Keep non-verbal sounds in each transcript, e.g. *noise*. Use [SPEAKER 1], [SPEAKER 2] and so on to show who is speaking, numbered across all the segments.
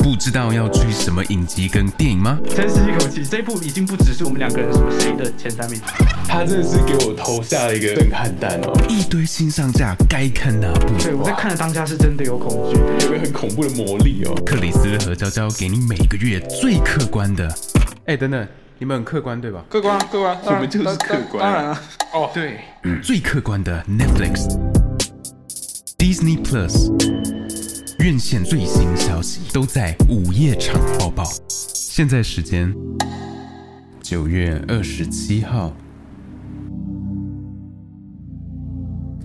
[SPEAKER 1] 不知道要追什么影集跟电影吗？
[SPEAKER 2] 深吸一口气，这一部已经不只是我们两个人什么谁的前三名，
[SPEAKER 3] 他真的是给我投下了一个震撼弹哦，
[SPEAKER 1] 一堆新上架，该看啊哪部？
[SPEAKER 2] 对我在看的当下是真的有恐惧的。
[SPEAKER 3] 有一个很恐怖的魔力哦。
[SPEAKER 1] 克里斯和娇娇给你每个月最客观的。哎，等等，你们很客观对吧？
[SPEAKER 4] 客观啊，客 *laughs* 观啊，当然
[SPEAKER 3] 我们就是
[SPEAKER 4] 当
[SPEAKER 3] 客观啊
[SPEAKER 4] 当然啊，
[SPEAKER 2] 对，
[SPEAKER 1] 最客观的 Netflix、Disney Plus 院线最新消息都在午夜场播报。现在时间九月二十七号。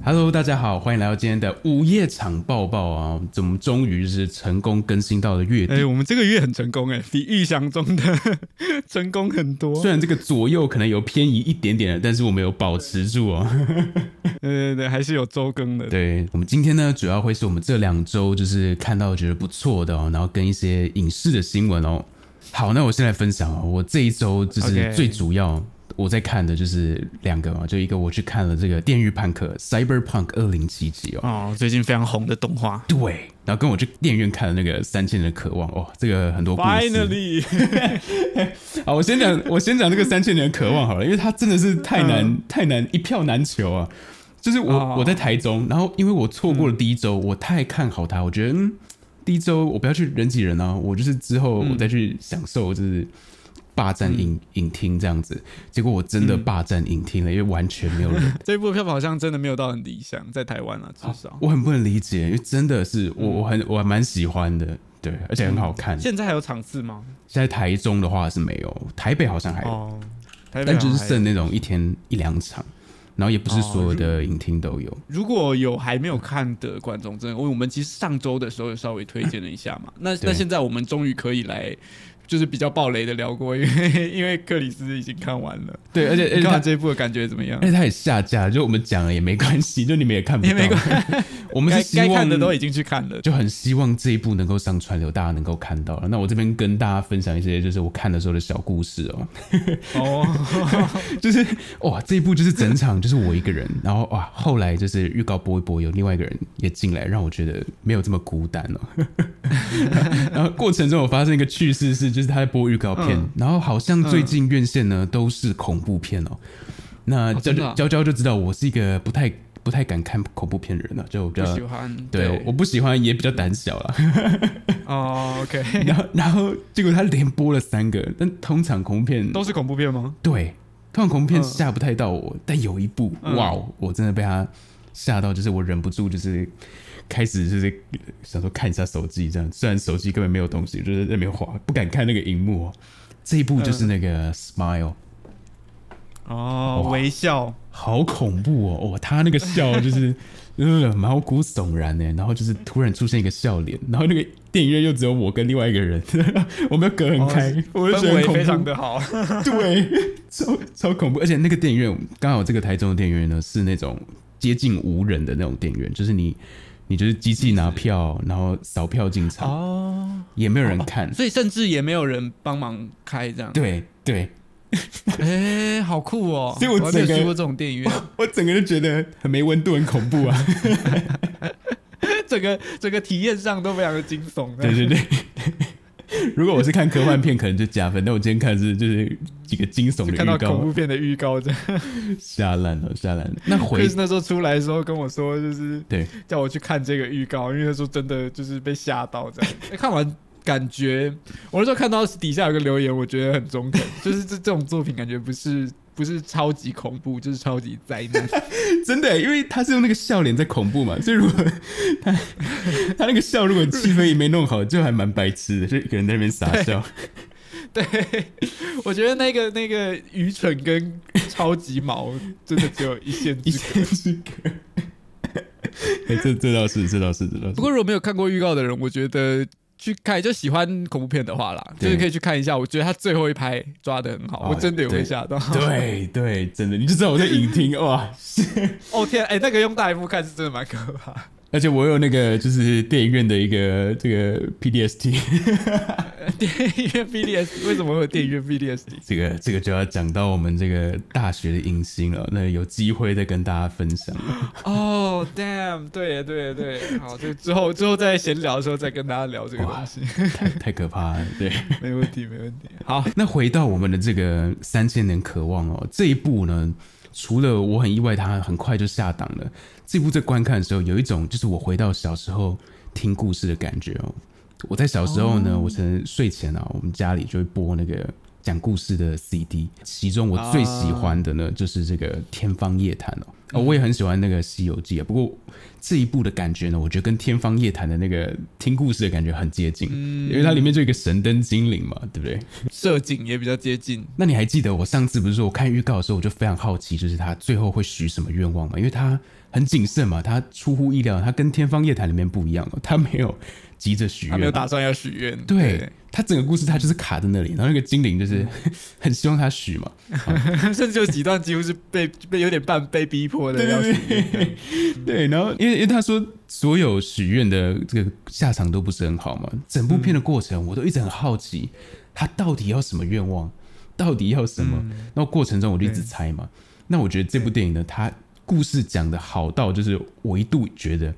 [SPEAKER 1] Hello，大家好，欢迎来到今天的午夜场报报啊！我们终于是成功更新到了月底
[SPEAKER 4] 哎、，我们这个月很成功哎、比预想中的 *laughs* 成功很多。
[SPEAKER 1] 虽然这个左右可能有偏移一点点的，但是我们有保持住哦。
[SPEAKER 4] 对对对，还是有周更的。
[SPEAKER 1] 对我们今天呢，主要会是我们这两周就是看到觉得不错的哦，然后跟一些影视的新闻哦。好，那我先来分享哦，我这一周就是
[SPEAKER 4] OK
[SPEAKER 1] 最主要我在看的就是两个嘛，哦就一个我去看了这个《电狱判客》（Cyberpunk 二零七七》哦，
[SPEAKER 4] 哦，最近非常红的动画
[SPEAKER 1] 对，然后跟我去电影院看的那个《三千人的渴望》哦，这个很多故事。
[SPEAKER 4] ，Finally， *laughs*
[SPEAKER 1] 好，啊我先讲，我先讲这个三千年的渴望好了，因为它真的是太难，太难，一票难求啊。就是我、
[SPEAKER 4] 嗯哦
[SPEAKER 1] 我在台中，然后因为我错过了第一周，我太看好它，我觉得嗯，第一周我不要去人挤人啊，我就是之后
[SPEAKER 4] 嗯
[SPEAKER 1] 我再去享受就是霸占影、影厅这样子。结果我真
[SPEAKER 4] 嗯
[SPEAKER 1] 的霸占影厅了，因为完全没有
[SPEAKER 4] *laughs*
[SPEAKER 1] 人，
[SPEAKER 4] 这部票房好像真的没有到很理想，在台湾啊，至少、
[SPEAKER 1] 我很不能理解，因为真的是
[SPEAKER 4] 嗯
[SPEAKER 1] 我我很我还蛮喜欢的。对，而且很好看。现
[SPEAKER 4] 现在还有场次吗？
[SPEAKER 1] 在台中的话是没有，台北好像还有，
[SPEAKER 4] 哦，台北
[SPEAKER 1] 但就是
[SPEAKER 4] 好像还有哦
[SPEAKER 1] 剩那种一天一两场，然后也不是所有的影厅都有。
[SPEAKER 4] 如果有还没有看的观众，真的，因为我们其实上周的时候有稍微推荐了一下嘛。那
[SPEAKER 1] 对
[SPEAKER 4] 那现在我们终于可以来，就是比较暴雷的聊过，因为 *laughs* 因为克里斯已经看完了。
[SPEAKER 1] 对，而且
[SPEAKER 4] 你
[SPEAKER 1] 而且
[SPEAKER 4] 看
[SPEAKER 1] 它
[SPEAKER 4] 完这一部的感觉怎么样
[SPEAKER 1] 而？且它也下架，就我们讲了也没关系，就你们也看不到，
[SPEAKER 4] 也没关
[SPEAKER 1] *laughs* 我们
[SPEAKER 4] 该
[SPEAKER 1] 是希望
[SPEAKER 4] 该看的都已经去看了。
[SPEAKER 1] 就很希望这一部能够上串流，大家能够看到了。那我这边跟大家分享一些，就是我看的时候的小故事哦。
[SPEAKER 4] 哦，
[SPEAKER 1] *laughs* 就是哇，这一部就是整场就是我一个人，然后哇，后来就是预告播一播，有另外一个人也进来，让我觉得没有这么孤单哦。 *laughs* 然后过程中有发生一个趣事是，就是他在播预告片，
[SPEAKER 4] 嗯
[SPEAKER 1] 然后好像最近院线呢、都是恐怖片哦。那娇
[SPEAKER 4] 真的
[SPEAKER 1] 娇
[SPEAKER 4] 啊
[SPEAKER 1] 娇娇就知道我是一个不太不太敢看恐怖片的人了，就我比
[SPEAKER 4] 不
[SPEAKER 1] 较
[SPEAKER 4] 喜欢。
[SPEAKER 1] 对我不喜欢，也比较胆小
[SPEAKER 4] *laughs*
[SPEAKER 1] 啦。
[SPEAKER 4] 哦，OK， *laughs*
[SPEAKER 1] 然后然后结果他连播了三个，但通常恐怖片
[SPEAKER 4] 都是恐怖片吗？
[SPEAKER 1] 对，通常恐怖片
[SPEAKER 4] 嗯
[SPEAKER 1] 吓不太到我，但有一部，
[SPEAKER 4] 嗯
[SPEAKER 1] 哇哦，我真的被他吓到，就是我忍不住，就是开始就是想说看一下手机这样，虽然手机根本没有东西，就是在那边滑，不敢看那个荧幕、哦。这一部
[SPEAKER 4] 嗯
[SPEAKER 1] 就是那个 Smile，、
[SPEAKER 4] 哦，
[SPEAKER 1] 哇
[SPEAKER 4] 微笑，
[SPEAKER 1] 好恐怖哦！哦，他那个笑就是 *laughs* 呃毛骨悚然呢，然后就是突然出现一个笑脸，然后那个电影院又只有我跟另外一个人， *laughs* 我们要隔很
[SPEAKER 4] 哦
[SPEAKER 1] 开，我就觉得
[SPEAKER 4] 氛
[SPEAKER 1] 很
[SPEAKER 4] 围
[SPEAKER 1] 恐
[SPEAKER 4] 非
[SPEAKER 1] 怖
[SPEAKER 4] 常的好。
[SPEAKER 1] *laughs* 对，超超恐怖。而且那个电影院，嗯刚好这个台中的电影院呢，是那种接近无人的那种电影院，就是你你就是机器拿票，然后扫票进场，
[SPEAKER 4] 哦，
[SPEAKER 1] 也没有人看。
[SPEAKER 4] *laughs* 所以甚至也没有人帮忙
[SPEAKER 1] *laughs*
[SPEAKER 4] 开这样。
[SPEAKER 1] 对对，
[SPEAKER 4] 哎、好酷哦！
[SPEAKER 1] 所以我
[SPEAKER 4] 还没有
[SPEAKER 1] 整个
[SPEAKER 4] 去过这种电
[SPEAKER 1] *laughs*
[SPEAKER 4] 影院，
[SPEAKER 1] 我整个就觉得很没温度，很恐怖啊！
[SPEAKER 4] 整个整个体验上都非常的惊悚。
[SPEAKER 1] 对对对。 *laughs* 如果我是看科幻片，可能就加分。但我今天看的是就是几个惊悚的
[SPEAKER 4] 看到
[SPEAKER 1] 预
[SPEAKER 4] 恐
[SPEAKER 1] 告，
[SPEAKER 4] 怖片的预告这样。
[SPEAKER 1] 吓烂了，吓烂了。那
[SPEAKER 4] 可
[SPEAKER 1] 回
[SPEAKER 4] 是那时候出来的时候跟我说，就是
[SPEAKER 1] 对
[SPEAKER 4] 叫我去看这个预告，因为那时候真的就是被吓到这样。 *laughs* 哎看完感觉，我那时候看到底下有个留言，我觉得很中肯， *laughs* 就是这这种作品感觉不是不是超级恐怖，就是超级灾 *laughs* 难。
[SPEAKER 1] 真的欸，因为他是用那个笑脸在恐怖嘛，所以如 *laughs* 果他他那个笑，如果气氛也没弄好，就还蛮白痴的，就一个人在那边傻笑。
[SPEAKER 4] 对，我觉得那个那个愚蠢跟超级毛真的只有一线
[SPEAKER 1] 一
[SPEAKER 4] 之
[SPEAKER 1] 线
[SPEAKER 4] 隔。
[SPEAKER 1] 之隔。 *laughs* 哎、这这倒是，这倒是，这倒
[SPEAKER 4] *laughs*
[SPEAKER 1] 是。
[SPEAKER 4] 不过如果没有看过预告的人，我觉得去看就喜欢恐怖片的话啦，
[SPEAKER 1] 对
[SPEAKER 4] 就是可以去看一下。我觉得他最后一拍抓的很好，
[SPEAKER 1] 哦
[SPEAKER 4] 我真的有
[SPEAKER 1] 对
[SPEAKER 4] 被吓到。
[SPEAKER 1] 对对，真的，你就知道我在影厅哇！ *laughs*
[SPEAKER 3] *laughs*
[SPEAKER 4] 哦天，哎、那个用大荧幕看是真的蛮可怕。
[SPEAKER 1] 而且我有那个就是电影院的一个这个 PDST，
[SPEAKER 3] 电影院 BDS *laughs* 为什么会有电影院 BDSD？
[SPEAKER 1] 这个这个就要讲到我们这个大学的迎新了，那有机会再跟大家分享。
[SPEAKER 3] 哦、d a m n 对耶对耶对耶，好，这之后之后在闲聊的时候再跟大家聊这个东西， *laughs*
[SPEAKER 1] 太太可怕了，对。
[SPEAKER 3] 没问题没问题。好，
[SPEAKER 1] 那回到我们的这个三千年渴望哦，这一部呢，除了我很意外它很快就下档了，这部在观看的时候有一种就是我回到小时候听故事的感觉哦。我在小时候呢，我曾睡前啊，我们家里就会播那个讲故事的 CD，其中我最喜欢的呢、就是这个《天方夜谭》哦。哦，我也很喜欢那个《西游记》啊，不过这一部的感觉呢，我觉得跟《天方夜谭》的那个听故事的感觉很接近，因为它里面就有一个神灯精灵嘛，对不对？
[SPEAKER 3] 设景也比较接近，
[SPEAKER 1] 那你还记得我上次不是说我看预告的时候，我就非常好奇，就是他最后会许什么愿望嘛？因为他很谨慎嘛，他出乎意料，他跟《天方夜谭》里面不一样哦，他没有急着许
[SPEAKER 3] 他
[SPEAKER 1] 愿，
[SPEAKER 3] 没有打算要许愿。
[SPEAKER 1] 对他整个故事他就是卡在那里，然后那个精灵就是 *laughs* 很希望他许嘛，
[SPEAKER 3] 对， *laughs* 甚至有几段几乎是被被有点半被逼迫的要许愿这样子。
[SPEAKER 1] 对，然后因为因为他说所有许愿的这个下场都不是很好嘛，整部片的过程我都一直很好奇，他到底要什么愿望，到底要什么？
[SPEAKER 4] 嗯
[SPEAKER 1] 那、过程中我就一直猜嘛。那我觉得这部电影呢，它故事讲的好到就是我一度觉得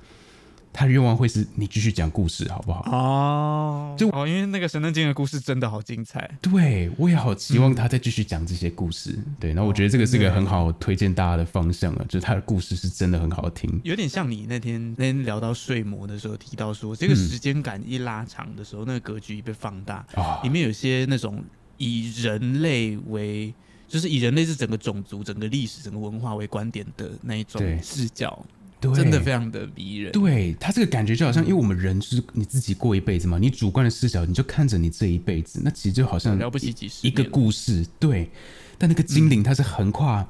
[SPEAKER 1] 他的愿望会是你继续讲故事好不好？
[SPEAKER 3] *laughs* 哦，
[SPEAKER 1] 就
[SPEAKER 3] 哦，因为那个神灯精灵的故事真的好精彩。
[SPEAKER 1] 对，我也好期望他再继续讲这些故事。对，然后我
[SPEAKER 4] 哦
[SPEAKER 1] 觉得这个是一个很好推荐大家的方向啊，就是他的故事是真的很好听。
[SPEAKER 4] 有点像你那天那天聊到睡魔的时候提到说，这
[SPEAKER 3] 嗯
[SPEAKER 4] 个时间感一拉长的时候，那个格局一被放大，
[SPEAKER 1] 啊
[SPEAKER 4] 里面有些那种以人类为，就是以人类是整个种族、整个历史、整个文化为观点的那一种
[SPEAKER 1] 对
[SPEAKER 4] 视角，
[SPEAKER 1] 对，
[SPEAKER 4] 真的非常的迷人。
[SPEAKER 1] 对他这个感觉就好
[SPEAKER 4] 嗯
[SPEAKER 1] 像，因为我们人就是你自己过一辈子嘛，你主观的视角你就看着你这一辈子，那其实就好像
[SPEAKER 4] 了不嗯起几十
[SPEAKER 1] 一个
[SPEAKER 4] 年
[SPEAKER 1] 故事，对。但那个精灵它是横跨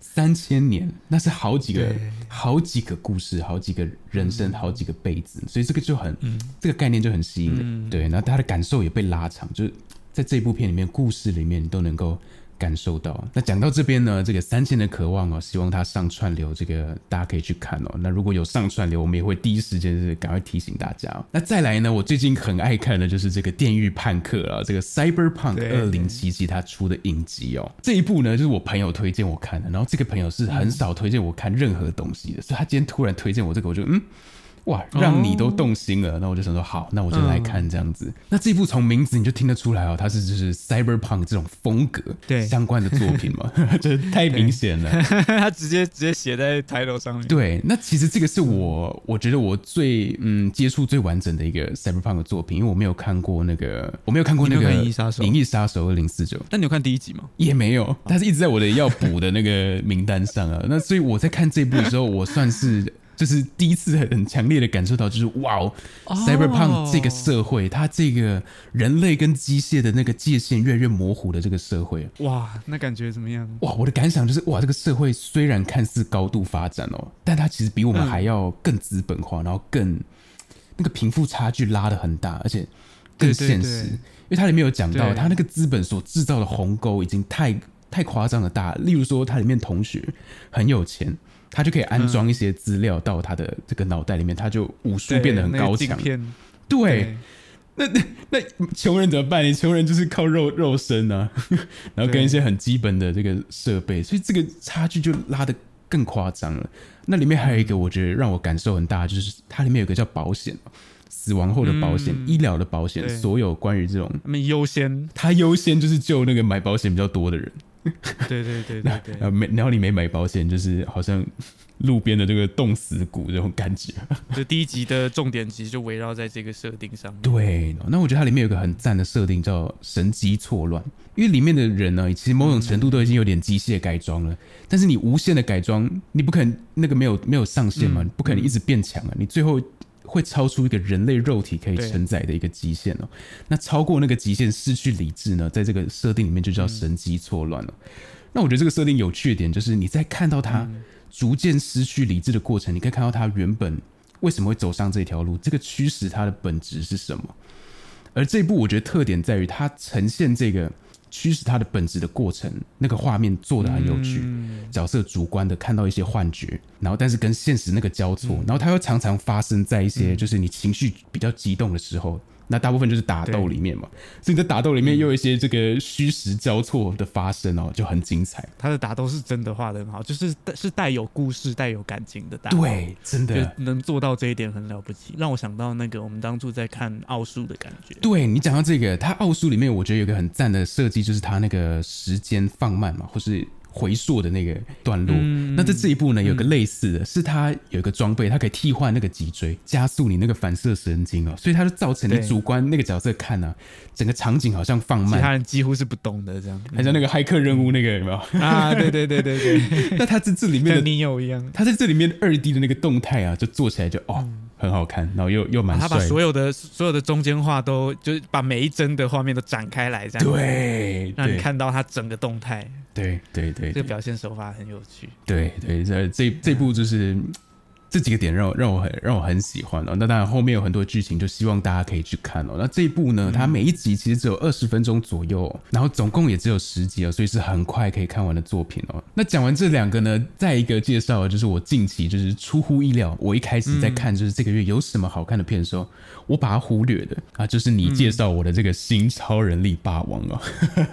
[SPEAKER 1] 三千年，那是好几个、好几个故事、好几个人
[SPEAKER 4] 嗯
[SPEAKER 1] 生、好几个辈子，所以这个就很、这个概念就很吸引人，对。然后他的感受也被拉长，就是在这部片里面、故事里面，你都能够。感受到。那讲到这边呢，这个三千的渴望哦，希望它上串流，这个大家可以去看哦。那如果有上串流，我们也会第一时间是赶快提醒大家、哦。那再来呢，我最近很爱看的就是这个《电狱判客》啊，这个 Cyberpunk 二零七七它出的影集哦。这一部呢，就是我朋友推荐我看的，然后这个朋友是很少推荐我看任何东西的，所以他今天突然推荐我这个，我就嗯。哇，让你都动心
[SPEAKER 3] 哦
[SPEAKER 1] 了，那我就想说好，那我就来看这样子。
[SPEAKER 3] 嗯
[SPEAKER 1] 那这一部从名字你就听得出来哦，它是就是 cyberpunk 这种风格
[SPEAKER 3] 对
[SPEAKER 1] 相关的作品
[SPEAKER 3] *laughs*
[SPEAKER 1] 嘛，这太明显了。
[SPEAKER 3] 他直接直接写在 title 上面。
[SPEAKER 1] 对，那其实这个是我我觉得我最嗯接触最完整的一个 cyberpunk 的作品，因为我没有看过那个，我没有看过那
[SPEAKER 3] 你没
[SPEAKER 1] 个
[SPEAKER 3] 有
[SPEAKER 1] 《
[SPEAKER 3] 看银翼杀手
[SPEAKER 1] 银翼杀手二零四九》，
[SPEAKER 3] 那你有看第一集吗？
[SPEAKER 1] 也没有，但是一直在我的要补的那个名单上啊。那所以我在看这部的时候，我算是就是第一次很强烈的感受到，就是哇、哦 cyberpunk 这个社会，它这个人类跟机械的那个界限越来越模糊的这个社会，啊
[SPEAKER 3] 哇，那感觉怎么样？
[SPEAKER 1] 哇，我的感想就是，哇，这个社会虽然看似高度发展哦，但它其实比我
[SPEAKER 3] 嗯
[SPEAKER 1] 们还要更资本化，然后更那个贫富差距拉的很大，而且更
[SPEAKER 3] 对对
[SPEAKER 1] 现
[SPEAKER 3] 对
[SPEAKER 1] 实。因为它里面有讲到，
[SPEAKER 3] 对
[SPEAKER 1] 它那个资本所制造的鸿沟已经太太夸张的大了。例如说，它里面同学很有钱，他就可以安装
[SPEAKER 3] 嗯
[SPEAKER 1] 一些资料到他的这个脑袋里面，他就武术变得很
[SPEAKER 3] 那
[SPEAKER 1] 高
[SPEAKER 3] 个镜
[SPEAKER 1] 强。
[SPEAKER 3] 片
[SPEAKER 1] 对，，那那那穷人怎么办？你穷人就是靠肉肉身啊，然后跟一些很基本的这个设备，所以这个差距就拉得更夸张了。那里面还有一个我觉得让我感受很大，就是它里面有个叫保险，死亡后的保险、医疗的保险，
[SPEAKER 3] 对
[SPEAKER 1] 所有关于这种，
[SPEAKER 3] 他们优先。
[SPEAKER 1] 它优先就是救那个买保险比较多的人。
[SPEAKER 3] *laughs* 对对对对对。
[SPEAKER 1] 然后没，然后你没买保险，就是好像路边的这个冻死骨这种感觉。
[SPEAKER 4] *laughs* 就第一集的重点其实就围绕在这个设定上面。
[SPEAKER 1] 对，那我觉得它里面有一个很赞的设定叫“神机错乱”，因为里面的人呢，其实某种程度都已经有点机械改装了。但是你无限的改装，你不可能那个没有没有上限嘛，你不可能一直变强啊，你最后会超出一个人类肉体可以承载的一个极限哦。那超过那个极限失去理智呢，在这个设定里面就叫神机错乱了。那我觉得这个设定有趣的点就是，你在看到他逐渐失去理智的过程，你可以看到他原本为什么会走上这条路，这个驱使他的本质是什么。而这一部我觉得特点在于它呈现这个驱使它的本质的过程，那个画面做的很有趣，角色主观的看到一些幻觉，然后但是跟嗯现实那个交错，然后它又常常发生在一些就是你情绪比较激动的时候。那大部分就是打斗里面嘛，所以在打斗里面又有一些这个虚实交错的发生哦，就很精彩。
[SPEAKER 5] 他的打斗是真的画的很好，就是是带有故事、带有感情的打斗。
[SPEAKER 1] 对，啊真
[SPEAKER 5] 就
[SPEAKER 1] 的。
[SPEAKER 5] 能做到这一点很了不起，让我想到那个我们当初在看奥数的感觉。
[SPEAKER 1] 对你讲到这个，它奥数里面我觉得有个很赞的设计，就是它那个时间放慢嘛，或是回溯的那个段落。
[SPEAKER 5] 嗯
[SPEAKER 1] 那在这一部呢，有个类似的，是它有一个装备，它可以替换那个脊椎，加速你那个反射神经哦，所以它就造成你
[SPEAKER 5] 对
[SPEAKER 1] 主观那个角色看啊，整个场景好像放
[SPEAKER 5] 其他
[SPEAKER 1] 慢，
[SPEAKER 5] 人几乎是嗯不懂的，这样
[SPEAKER 1] 很像那个骇客任务那个有
[SPEAKER 5] *laughs*
[SPEAKER 1] 没有？
[SPEAKER 5] 啊，对对对对
[SPEAKER 1] *laughs*
[SPEAKER 5] 对，
[SPEAKER 1] 那它在这里面
[SPEAKER 5] 跟
[SPEAKER 1] 的，
[SPEAKER 5] 你有一样，
[SPEAKER 1] 它在这里面二 D 的那个动态啊，就做起来就哦很好看，然后又又蛮
[SPEAKER 5] 嗯他把
[SPEAKER 1] 帅的。
[SPEAKER 5] 所有的所有的中间画都就是把每一帧的画面都展开来，这样，
[SPEAKER 1] 对，
[SPEAKER 5] 让你
[SPEAKER 1] 对，
[SPEAKER 5] 看到他整个动态，
[SPEAKER 1] 对对对，
[SPEAKER 5] 这个表现手法很有趣。
[SPEAKER 1] 对对，这这这部就是嗯这几个点让我让我很让我很喜欢哦。那当然后面有很多剧情，就希望大家可以去看哦。那这一部呢，它每一集其实只有二十分钟左右哦、然后总共也只有十集哦，所以是很快可以看完的作品哦。那讲完这两个呢，再一个介绍就是我近期就是出乎意料，我一开始在看就是这个月有什么好看的片的时候，我把它忽略的啊，就是你介绍我的这个新超人力霸王哦。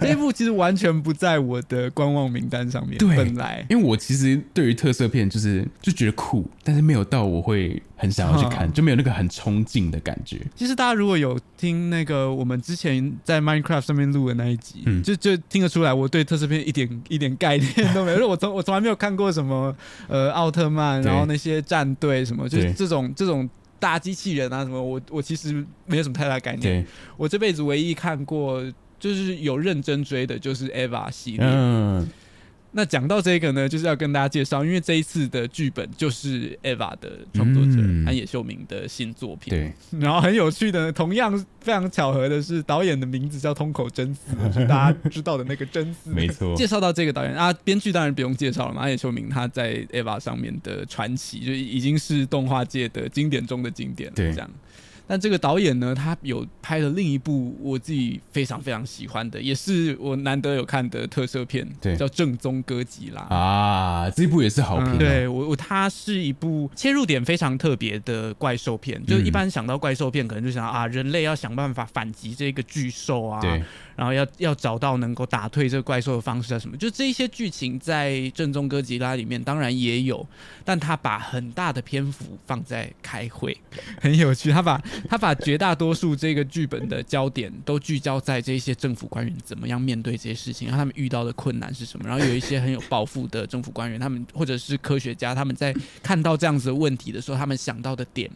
[SPEAKER 4] 这一部其实完全不在我的观望名单上面，
[SPEAKER 1] 对
[SPEAKER 4] 本来
[SPEAKER 1] 因为我其实对于特色片就是就觉得酷，但是没有到我会很想要去
[SPEAKER 4] 嗯
[SPEAKER 1] 看，就没有那个很冲劲的感觉。
[SPEAKER 4] 其实大家如果有听那个我们之前在 Minecraft 上面录的那一集，
[SPEAKER 1] 嗯
[SPEAKER 4] 就就听得出来，我对特摄片一点 *laughs* 一点概
[SPEAKER 1] *laughs*
[SPEAKER 4] 念都没有，因为我从我从来没有看过什么呃奥特曼，
[SPEAKER 1] 对
[SPEAKER 4] 然后那些战队什么，就
[SPEAKER 1] 对
[SPEAKER 4] 是这种这种大机器人啊什么，我我其实没有什么太大概念。
[SPEAKER 1] 对，
[SPEAKER 4] 我这辈子唯一看过就是有认真追的，就是 EVA 系列。
[SPEAKER 1] 嗯，
[SPEAKER 4] 那讲到这个呢，就是要跟大家介绍，因为这一次的剧本就是 EVA 的创作者
[SPEAKER 1] 嗯
[SPEAKER 4] 安野秀明的新作品。
[SPEAKER 1] 对，
[SPEAKER 4] *laughs* 然后很有趣的，同样非常巧合的是，导演的名字叫通口
[SPEAKER 1] *laughs*
[SPEAKER 4] 真司，就是大家知道的那个真司。
[SPEAKER 1] 没错，
[SPEAKER 4] 介绍到这个导演啊，编剧当然不用介绍了嘛，安野秀明他在《EVA》上面的传奇，就已经是动画界的经典中的经典了。
[SPEAKER 1] 对
[SPEAKER 4] 这样。但这个导演呢，他有拍了另一部我自己非常非常喜欢的，也是我难得有看的特摄片，
[SPEAKER 1] 对
[SPEAKER 4] 叫《正宗哥吉拉》。
[SPEAKER 1] 啊，这一部也是好评、啊
[SPEAKER 4] 嗯
[SPEAKER 5] 对我，我它是一部切入点非常特别的怪兽片，
[SPEAKER 1] 嗯
[SPEAKER 5] 就一般想到怪兽片，可能就想到啊，人类要想办法反击这个巨兽啊，
[SPEAKER 1] 对
[SPEAKER 5] 然后要要找到能够打退这个怪兽的方式啊，什么，就这一些剧情在《正宗哥吉拉》里面当然也有，但他把很大的篇幅放在开会，，
[SPEAKER 4] 很有趣，他把他把绝大多数这个剧本的焦点都聚焦在这些政府官员怎么样面对这些事情，然后他们遇到的困难是什么，然后有一些很有抱负的政府官员，他们或者是科学家，他们在看到这样子的问题的时候，他们想到的点，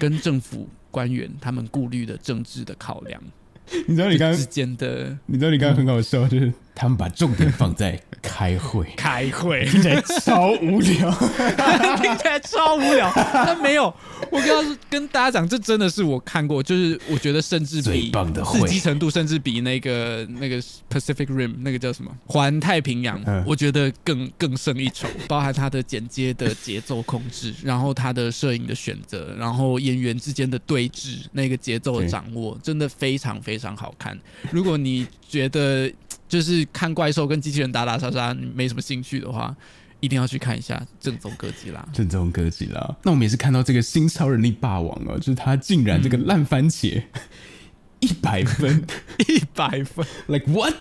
[SPEAKER 4] 跟政府官员他们顾虑的政治的考量
[SPEAKER 1] 你知道你刚
[SPEAKER 4] 之，间的
[SPEAKER 1] 你知道你刚刚很好笑，就是他们把重点放在开会 *laughs*
[SPEAKER 5] 开会。
[SPEAKER 1] 听起来哎超无聊。
[SPEAKER 4] *laughs* 听起来超无
[SPEAKER 1] *laughs*
[SPEAKER 4] 聊。但没有，我跟他说跟大家讲，这真的是我看过，就是我觉得甚至
[SPEAKER 1] 最
[SPEAKER 4] 比
[SPEAKER 1] 棒的会
[SPEAKER 4] 刺激程度，甚至比那个那个 Pacific Rim 那个叫什么环太平洋，
[SPEAKER 1] 嗯
[SPEAKER 4] 我觉得更更胜一筹。包含它的剪接的节奏控
[SPEAKER 1] *laughs*
[SPEAKER 4] 制，然后它的摄影的选择，然后演员之间的对峙，那个节奏的
[SPEAKER 1] 对
[SPEAKER 4] 掌握，真的非常非常好看。如果你觉得就是看怪兽跟机器人打打杀杀你没什么兴趣的话，一定要去看一下《正宗哥吉拉》。
[SPEAKER 1] 正宗哥吉拉，那我们也是看到这个新超人力霸王哦，就是他竟然这
[SPEAKER 4] 嗯
[SPEAKER 1] 个烂番茄 *laughs* 一百分
[SPEAKER 4] *laughs* 一百分，
[SPEAKER 1] ，like what？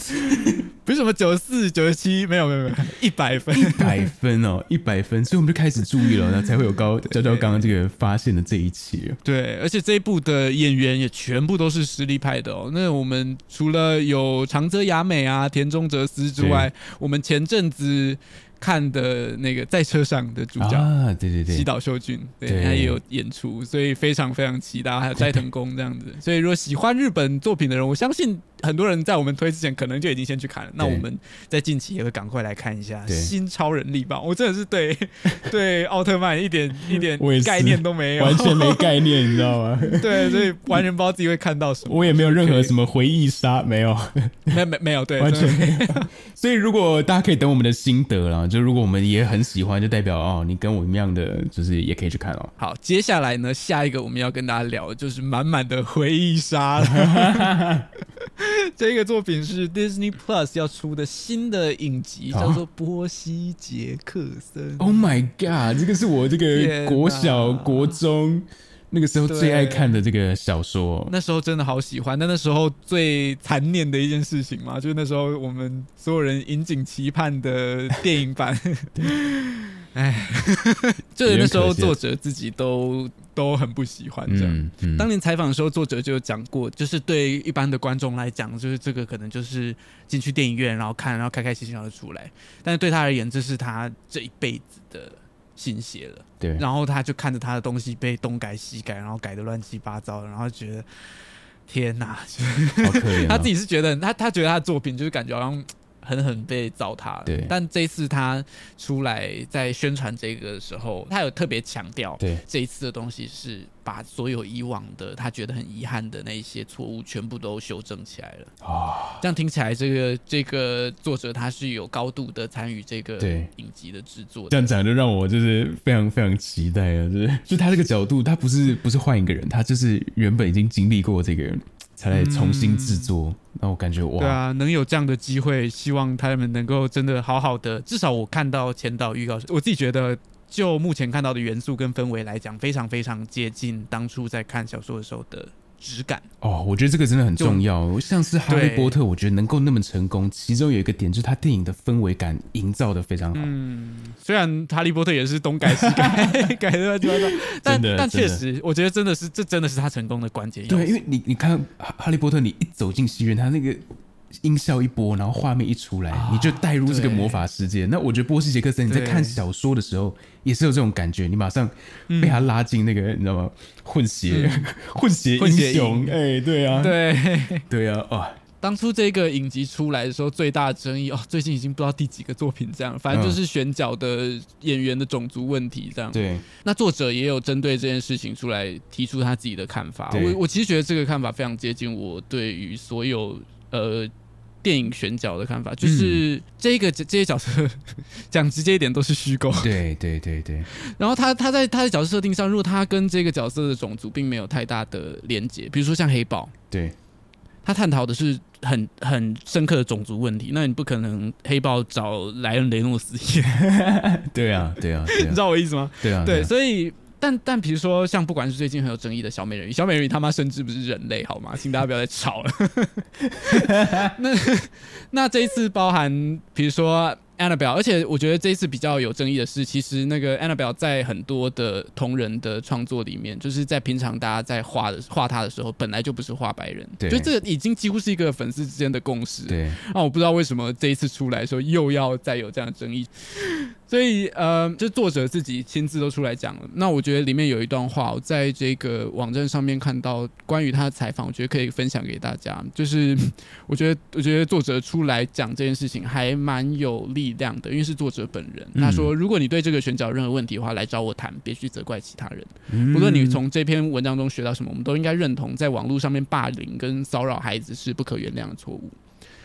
[SPEAKER 4] 不是什么九四九十七，没有没有没有，一百分。
[SPEAKER 1] 百分哦，一百分，所以我们就开始注意了，那才会有高娇娇刚刚这个发现的这一期。
[SPEAKER 4] *laughs* 对，而且这一部的演员也全部都是实力派的哦。那我们除了有长泽雅美啊、田中哲司之外，我们前阵子看的那个在车上的主角。
[SPEAKER 1] 啊，对对
[SPEAKER 4] 西
[SPEAKER 1] 对，
[SPEAKER 4] 岛秀俊，对
[SPEAKER 1] 对
[SPEAKER 4] 他也有演出，所以非常非常期待。还有斋藤工这样子，
[SPEAKER 1] *laughs*
[SPEAKER 4] 所以如果喜欢日本作品的人，我相信很多人在我们推之前可能就已经先去看了。那
[SPEAKER 1] 对
[SPEAKER 4] 我们在近期也会赶快来看一下
[SPEAKER 1] 对
[SPEAKER 4] 新超人力吧。我真的是
[SPEAKER 1] *laughs*
[SPEAKER 4] 对对奥特曼一点一点
[SPEAKER 1] 我也是
[SPEAKER 4] 概念都没有，
[SPEAKER 1] 完全没概念，你知道吗？
[SPEAKER 4] *laughs* 对，所以完全不知道自己会看到什么。
[SPEAKER 1] 我也没有任何什么回忆杀，没有，
[SPEAKER 4] 没没没有，对，
[SPEAKER 1] 完
[SPEAKER 4] 真的
[SPEAKER 1] 全没
[SPEAKER 4] *laughs*
[SPEAKER 1] 有。所以如果大家可以等我们的心得啦，就如果我们也很喜欢，就代表哦，你跟我一样的，就是也可以去看哦。
[SPEAKER 4] 好，接下来呢，下一个我们要跟大家聊的就是满满的回忆杀了。这个作品是 Disney Plus 要出的新的影集，
[SPEAKER 1] 啊
[SPEAKER 4] 叫做《波西·杰克森》。
[SPEAKER 1] Oh my god，这个是我这
[SPEAKER 4] 天
[SPEAKER 1] 个
[SPEAKER 4] 哪
[SPEAKER 1] 国小、国中，那个时候最爱看的这个小说，
[SPEAKER 4] 那时候真的好喜欢，但那时候最残念的一件事情嘛，就是那时候我们所有人引颈期盼的电影版，哎， *laughs* 就是那时候作者自己都都很不喜欢这样。
[SPEAKER 1] 嗯嗯，
[SPEAKER 4] 当年采访的时候，作者就有讲过，就是对一般的观众来讲，就是这个可能就是进去电影院然后看，然后开开心心然后出来，但是对他而言，这是他这一辈子的心血了。
[SPEAKER 1] 对，
[SPEAKER 4] 然后他就看着他的东西被东改西改，然后改的乱七八糟的，然后觉得天哪！
[SPEAKER 1] 好可怜哦、
[SPEAKER 4] 他自己是觉得他他觉得他的作品就是感觉好像狠狠被糟蹋了。
[SPEAKER 1] 对
[SPEAKER 4] 但这一次他出来在宣传这个的时候，他有特别强调，
[SPEAKER 1] 对
[SPEAKER 4] 这一次的东西是把所有以往的他觉得很遗憾的那一些错误全部都修正起来了。
[SPEAKER 1] 啊、
[SPEAKER 4] 这样听起来，这个这个作者他是有高度的参与这个
[SPEAKER 1] 对
[SPEAKER 4] 影集的制作的
[SPEAKER 1] 这。样讲就让我就是非常非常期待啊！就是就他这个角度，他不是不是换一个人，他就是原本已经经历过这个才来重新制作，那、我感觉哇，
[SPEAKER 4] 嗯对啊，能有这样的机会，希望他们能够真的好好的。至少我看到前导预告，我自己觉得，就目前看到的元素跟氛围来讲，非常非常接近当初在看小说的时候的质感。 *laughs*
[SPEAKER 1] 哦，我觉得这个真的很重要。像是《哈利
[SPEAKER 4] 对
[SPEAKER 1] 波特》，我觉得能够那么成功，其中有一个点就是他电影的氛围感营造的非常好。
[SPEAKER 4] 虽然《哈利波特》也是东改西 *laughs* 改改的乱七八糟，但
[SPEAKER 1] 真的
[SPEAKER 4] 但
[SPEAKER 1] 真的
[SPEAKER 4] 确实，我觉得真的是这真的是他成功的关键要素。
[SPEAKER 1] 对，因为你你看《哈哈利波特》，你一走进戏院，他那个音效一播，然后画面一出来，你就带入这个
[SPEAKER 4] 啊对
[SPEAKER 1] 魔法世界。那我觉得波西·杰克森你在
[SPEAKER 4] 对
[SPEAKER 1] 看小说的时候也是有这种感觉，你马上
[SPEAKER 4] 嗯
[SPEAKER 1] 被他拉进那个、你知道吗？混血、 *laughs* 混血英
[SPEAKER 4] 混血
[SPEAKER 1] 雄，哎、对啊，
[SPEAKER 4] 对。
[SPEAKER 1] 对啊，哇，
[SPEAKER 4] 当初这个影集出来的时候，最大的争议哦，最近已经不知道第几个作品这样，反正就是选角的演员的种族问题这样。
[SPEAKER 1] 对，
[SPEAKER 4] 那作者也有针对这件事情出来提出他自己的看法。
[SPEAKER 1] 对
[SPEAKER 4] 我我其实觉得这个看法非常接近我对于所有呃电影选角的看法，
[SPEAKER 1] 嗯
[SPEAKER 4] 就是这个这这些角色 *laughs* 讲直接一点都是
[SPEAKER 1] *laughs*
[SPEAKER 4] 虚构。
[SPEAKER 1] 对对对对，
[SPEAKER 4] 然后他他在他的角色设定上，如果他跟这个角色的种族并没有太大的连结，比如说像黑豹，
[SPEAKER 1] 对，
[SPEAKER 4] 他探讨的是很很深刻的种族问题。那你不可能黑豹找莱恩雷诺斯演，
[SPEAKER 1] *laughs* 对啊，对啊，对
[SPEAKER 4] 你
[SPEAKER 1] 啊
[SPEAKER 4] 知，道我意思吗？
[SPEAKER 1] 对啊，
[SPEAKER 4] 对，所以。但但比如说，像不管是最近很有争议的小美人鱼，小美人鱼他妈甚至不是人类，好吗？请大家不要再吵了。 *laughs* 那那这一次包含，比如说 Annabelle，而且我觉得这一次比较有争议的是，其实那个 Annabelle 在很多的同人的创作里面，就是在平常大家在画的画她的时候，本来就不是画白人，
[SPEAKER 1] 对
[SPEAKER 4] 就这个已经几乎是一个粉丝之间的共识。
[SPEAKER 1] 对，
[SPEAKER 4] 那、哦我不知道为什么这一次出来的时候又要再有这样的争议，所以呃，就作者自己亲自都出来讲了。那我觉得里面有一段话，我在这个网站上面看到关于他的采访，我觉得可以分享给大家。就是 *laughs* 我觉得，我觉得作者出来讲这件事情还蛮有力量的，因为是作者本人。他说，如果你对这个选角有任何问题的话，来找我谈，别去责怪其他人。无论你从这篇文章中学到什么，我们都应该认同，在网络上面霸凌跟骚扰孩子是不可原谅的错误。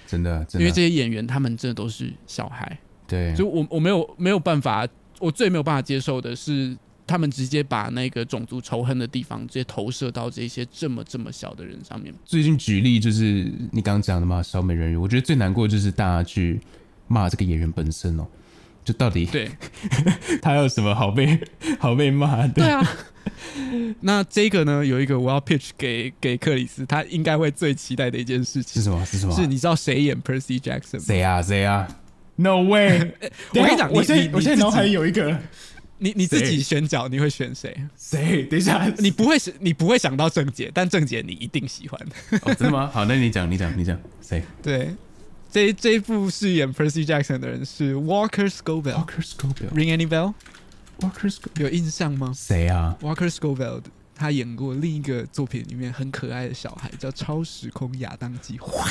[SPEAKER 1] 真的，真
[SPEAKER 4] 因为
[SPEAKER 1] 的，
[SPEAKER 4] 这些演员他们真的都是小孩，
[SPEAKER 1] 对，
[SPEAKER 4] 所以我我没有没有办法，我最没有办法接受的是他们直接把那个种族仇恨的地方直接投射到这些这么这么小的人上面。
[SPEAKER 1] 最近举例就是你刚刚讲的嘛，小美人鱼，我觉得最难过就是大家去骂这个演员本身哦，就到底 *laughs*
[SPEAKER 4] 对
[SPEAKER 1] 他有什么好被 *laughs* 好被骂
[SPEAKER 4] 对
[SPEAKER 1] 的？
[SPEAKER 4] 啊， *laughs* 那这个呢，有一个我要 pitch 给给克里斯，他应该会最期待的一件
[SPEAKER 1] 是
[SPEAKER 4] 事情
[SPEAKER 1] 什么？是什么？
[SPEAKER 4] 是，你知道谁演 Percy Jackson 吗？
[SPEAKER 1] 谁啊？谁啊？No way！
[SPEAKER 4] *laughs* 我跟你讲，
[SPEAKER 1] 我
[SPEAKER 4] 你
[SPEAKER 1] 现在
[SPEAKER 4] 你
[SPEAKER 1] 我现在
[SPEAKER 4] 你自
[SPEAKER 1] 脑海
[SPEAKER 4] 己
[SPEAKER 1] 有一个
[SPEAKER 4] 你你自己
[SPEAKER 1] 谁
[SPEAKER 4] 选角，你会选谁？
[SPEAKER 1] 谁？等一下，
[SPEAKER 4] 你不会你不会想到郑姐，但郑姐你一定喜欢。
[SPEAKER 1] 哦真的吗？好，那你讲，你讲，你讲，谁
[SPEAKER 4] 对，这这一部饰演 Percy Jackson 的人是 Walker Scovell。
[SPEAKER 1] ？Walker Scoville。
[SPEAKER 4] Ring any bell？
[SPEAKER 1] Walker Scoville。
[SPEAKER 4] 有印象吗
[SPEAKER 1] 谁啊？
[SPEAKER 4] ？Walker Scovell 他演过另一个作品里面很可爱的小孩，叫《超时空亚当计划》。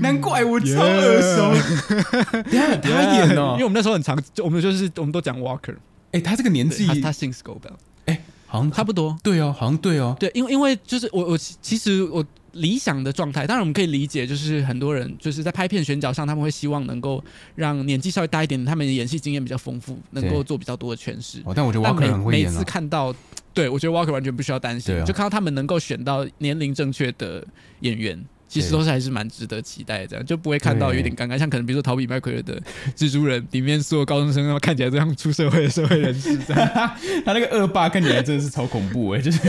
[SPEAKER 1] 难怪我超耳熟。 *laughs* 等一下他演
[SPEAKER 4] 因为
[SPEAKER 1] 哦。
[SPEAKER 4] 我们那时候很常，就我们就是我们都讲 Walker，
[SPEAKER 1] 哎，他这个年
[SPEAKER 4] 对
[SPEAKER 1] 纪，
[SPEAKER 4] 他他姓 Scovell，
[SPEAKER 1] 哎，好像
[SPEAKER 4] 差不多。
[SPEAKER 1] 对哦，好像对哦。
[SPEAKER 4] 对，因为因为就是我我其其实我理想的状态，当然我们可以理解，就是很多人就是在拍片选角上，他们会希望能够让年纪稍微大一点，他们的演戏经验比较丰富，能够
[SPEAKER 1] 对
[SPEAKER 4] 做比较多的诠释。
[SPEAKER 1] 哦，但我觉得
[SPEAKER 4] 但
[SPEAKER 1] Walker
[SPEAKER 4] 每
[SPEAKER 1] 很会
[SPEAKER 4] 每
[SPEAKER 1] 演
[SPEAKER 4] 次
[SPEAKER 1] 了。
[SPEAKER 4] 看到，啊对我觉得 Walker 完全不需要担心，
[SPEAKER 1] 对啊
[SPEAKER 4] 就看到他们能够选到年龄正确的演员，其实都是还是蛮值得期待的，这样就不会看到有点尴尬，像可能比如说逃避麦奎尔的蜘蛛人里面所有高中生，他们看起来都像出社会的社会人士 *laughs* 这样，
[SPEAKER 1] *laughs* 他那个恶霸看起来真的是超恐怖哎、就是。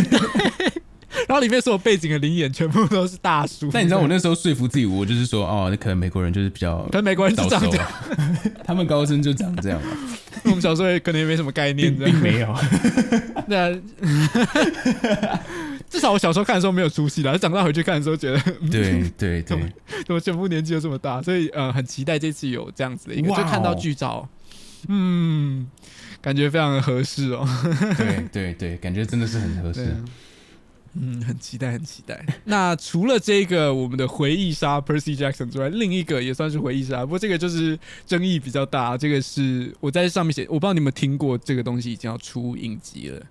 [SPEAKER 4] 然 *laughs* 后里面所有背景的灵眼全部都是大叔。
[SPEAKER 1] 但你知道我那时候说服自己，我就是说哦，那可能美国人 *laughs* 就是比较
[SPEAKER 4] 可能美国人就
[SPEAKER 1] 早
[SPEAKER 4] 长
[SPEAKER 1] 熟
[SPEAKER 4] 这样，
[SPEAKER 1] 啊，他们高中就长这样啊，
[SPEAKER 4] 我们小时候也可能也没什么概念，
[SPEAKER 1] 并
[SPEAKER 4] 这样
[SPEAKER 1] 并没有。
[SPEAKER 4] 那至少我小时候看的时候没有出戏啦，长大回去看的时候觉得，嗯
[SPEAKER 1] 对对对，
[SPEAKER 4] *laughs* 怎么全部年纪都这么大？所以呃，很期待这次有这样子的一个，就
[SPEAKER 1] 哇哦
[SPEAKER 4] 看到剧照，嗯，感觉非常的合适哦。
[SPEAKER 1] 对对对，感觉真的是很合
[SPEAKER 4] 对
[SPEAKER 1] 适
[SPEAKER 4] 啊。 *laughs* 嗯，很期待，很期待。那除了这个我们的回忆杀 Percy Jackson 之外，另一个也算是回忆杀，不过这个就是争议比较大。这个是我在上面写，我不知道你们有没有听过这个东西已经要出影集了。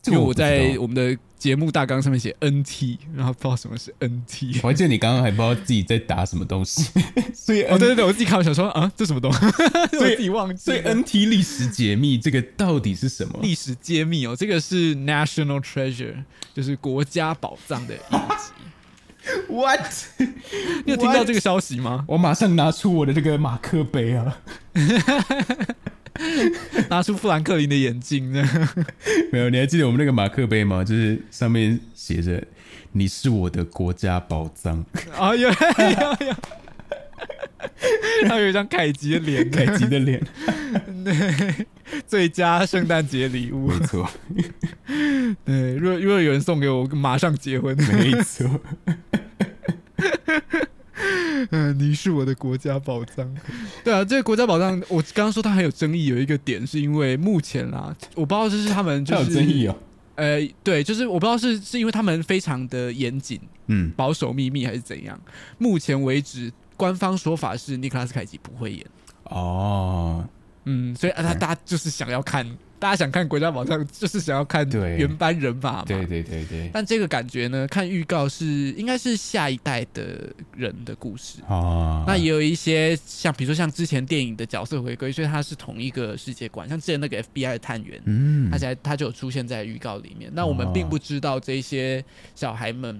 [SPEAKER 1] 这
[SPEAKER 4] 因
[SPEAKER 1] 个
[SPEAKER 4] 为
[SPEAKER 1] 我
[SPEAKER 4] 我
[SPEAKER 1] 不知道
[SPEAKER 4] 在我们的节目大纲上面写 NT，然后不知道什么是 NT。
[SPEAKER 1] 我还记得你刚刚还不知道自己在打什么东西，所以
[SPEAKER 4] 哦，对
[SPEAKER 1] N
[SPEAKER 4] 对对，我自己看，我想说啊，这什么东西？ *laughs* 我自己忘
[SPEAKER 1] *laughs*
[SPEAKER 4] 记
[SPEAKER 1] 所
[SPEAKER 4] 了。
[SPEAKER 1] 以 NT 历史解密这个到底是什么？
[SPEAKER 4] 历史揭秘哦，这个是 National Treasure，就是国家宝藏的
[SPEAKER 1] 哦
[SPEAKER 4] 影集。
[SPEAKER 1] What？
[SPEAKER 4] 你有听到这个消息吗？
[SPEAKER 1] 我马上拿出我的这个马克杯 *laughs* 啊！
[SPEAKER 4] 拿出富兰克林的眼镜呢？
[SPEAKER 1] *laughs* 没有，你还记得我们那个马克杯吗？就是上面写着“你是我的国家宝 *laughs* 藏
[SPEAKER 4] 啊，有有有有，他有一张凯吉的”，脸，
[SPEAKER 1] 凯基的脸，
[SPEAKER 4] 最佳圣诞节礼
[SPEAKER 1] *laughs*
[SPEAKER 4] 物
[SPEAKER 1] 没。错，
[SPEAKER 4] 对，如果如果有人送给我，我马上结婚。
[SPEAKER 1] 没 *laughs* 错，
[SPEAKER 4] 嗯， *laughs* 你是我的国家宝藏。对啊，这个国家宝藏，我刚刚说它很有争议，有一个点是因为目前啦，我不知道这是他们
[SPEAKER 1] 这
[SPEAKER 4] 就
[SPEAKER 1] 有
[SPEAKER 4] 是
[SPEAKER 1] 争议哦。
[SPEAKER 4] 呃，对，就是我不知道是是因为他们非常的严谨，
[SPEAKER 1] 嗯，
[SPEAKER 4] 保守秘密还是怎样。目前为止，官方说法是尼克拉斯凯奇不会演，
[SPEAKER 1] 哦，
[SPEAKER 4] 嗯，所以啊，他大家就是想要看，大家想看国家宝藏，就是想要看
[SPEAKER 1] 对
[SPEAKER 4] 原班人马嘛。
[SPEAKER 1] 对对对对，
[SPEAKER 4] 但这个感觉呢，看预告是应该是下一代的人的故事。
[SPEAKER 1] 哦，
[SPEAKER 4] 那也有一些像，比如说像之前电影的角色回归，所以他是同一个世界观。像之前那个 FBI 的探员，
[SPEAKER 1] 嗯
[SPEAKER 4] 他，才他就有出现在预告里面。那我们
[SPEAKER 1] 哦
[SPEAKER 4] 并不知道这些小孩们，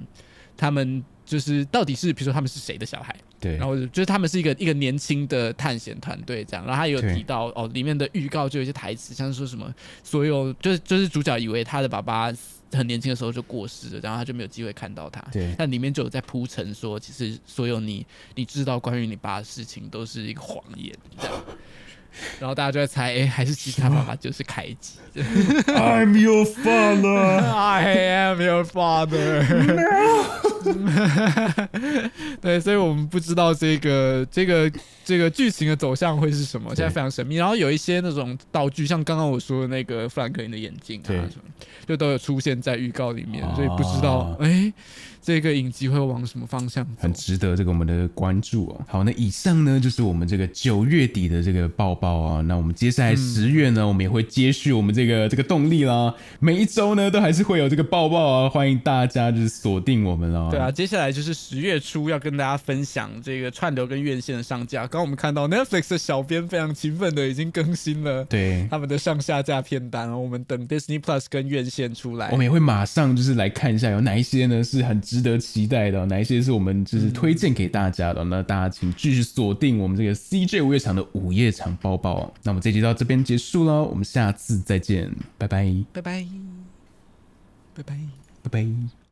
[SPEAKER 4] 他们就是到底是，比如说他们是谁的小孩，
[SPEAKER 1] 对，
[SPEAKER 4] 然后就是他们是一个一个年轻的探险团队这样。然后他有
[SPEAKER 1] 对
[SPEAKER 4] 提到哦，里面的预告就有一些台词，像是说什么所有就是就是主角以为他的爸爸很年轻的时候就过世了，然后他就没有机会看到他。
[SPEAKER 1] 对
[SPEAKER 4] 但里面就有在铺陈说，其实所有你你知道关于你爸的事情都是一个谎言，这样。然后大家就在猜，哎、还是其实他爸爸就是凯基。
[SPEAKER 1] ，I'm your
[SPEAKER 4] 啊
[SPEAKER 1] father，
[SPEAKER 4] I am your father *laughs* 对，所以我们不知道这个这个这个剧情的走向会是什么，现在非常神秘。然后有一些那种道具，像刚刚我说的那个富兰克林的眼镜啊
[SPEAKER 1] 对
[SPEAKER 4] 什么，就都有出现在预告里面，
[SPEAKER 1] 哦
[SPEAKER 4] 所以不知道哎、诶这个影集会往什么方向走
[SPEAKER 1] *laughs* 很。值得这个我们的关注哦。好，那以上呢就是我们这个九月底的这个报报啊。那我们接
[SPEAKER 4] 嗯
[SPEAKER 1] 下来十月呢，我们也会接续我们这个这个动力啦。每一周呢都还是会有这个报报啊，欢迎大家就是锁定我们哦啦。
[SPEAKER 4] 对啊，，接下来就是十月初要跟大家分享这个串流跟院线的上架。刚刚我们看到 Netflix 的小编非常勤奋的已经更新了
[SPEAKER 1] *laughs* 对，
[SPEAKER 4] 他们的上下架片单，然后我们等 Disney Plus 跟院线出来
[SPEAKER 1] 我。们也会马上就是来看一下有哪一些呢是很值得期待的哦、哪一些是我们就是推荐给大家的哦、那大家请继续锁定我们这个 CJ 午夜场的午夜场报报哦。那我们这集到这边结束了，我们下次再见，拜拜，
[SPEAKER 4] 拜拜，拜拜。
[SPEAKER 1] 拜拜。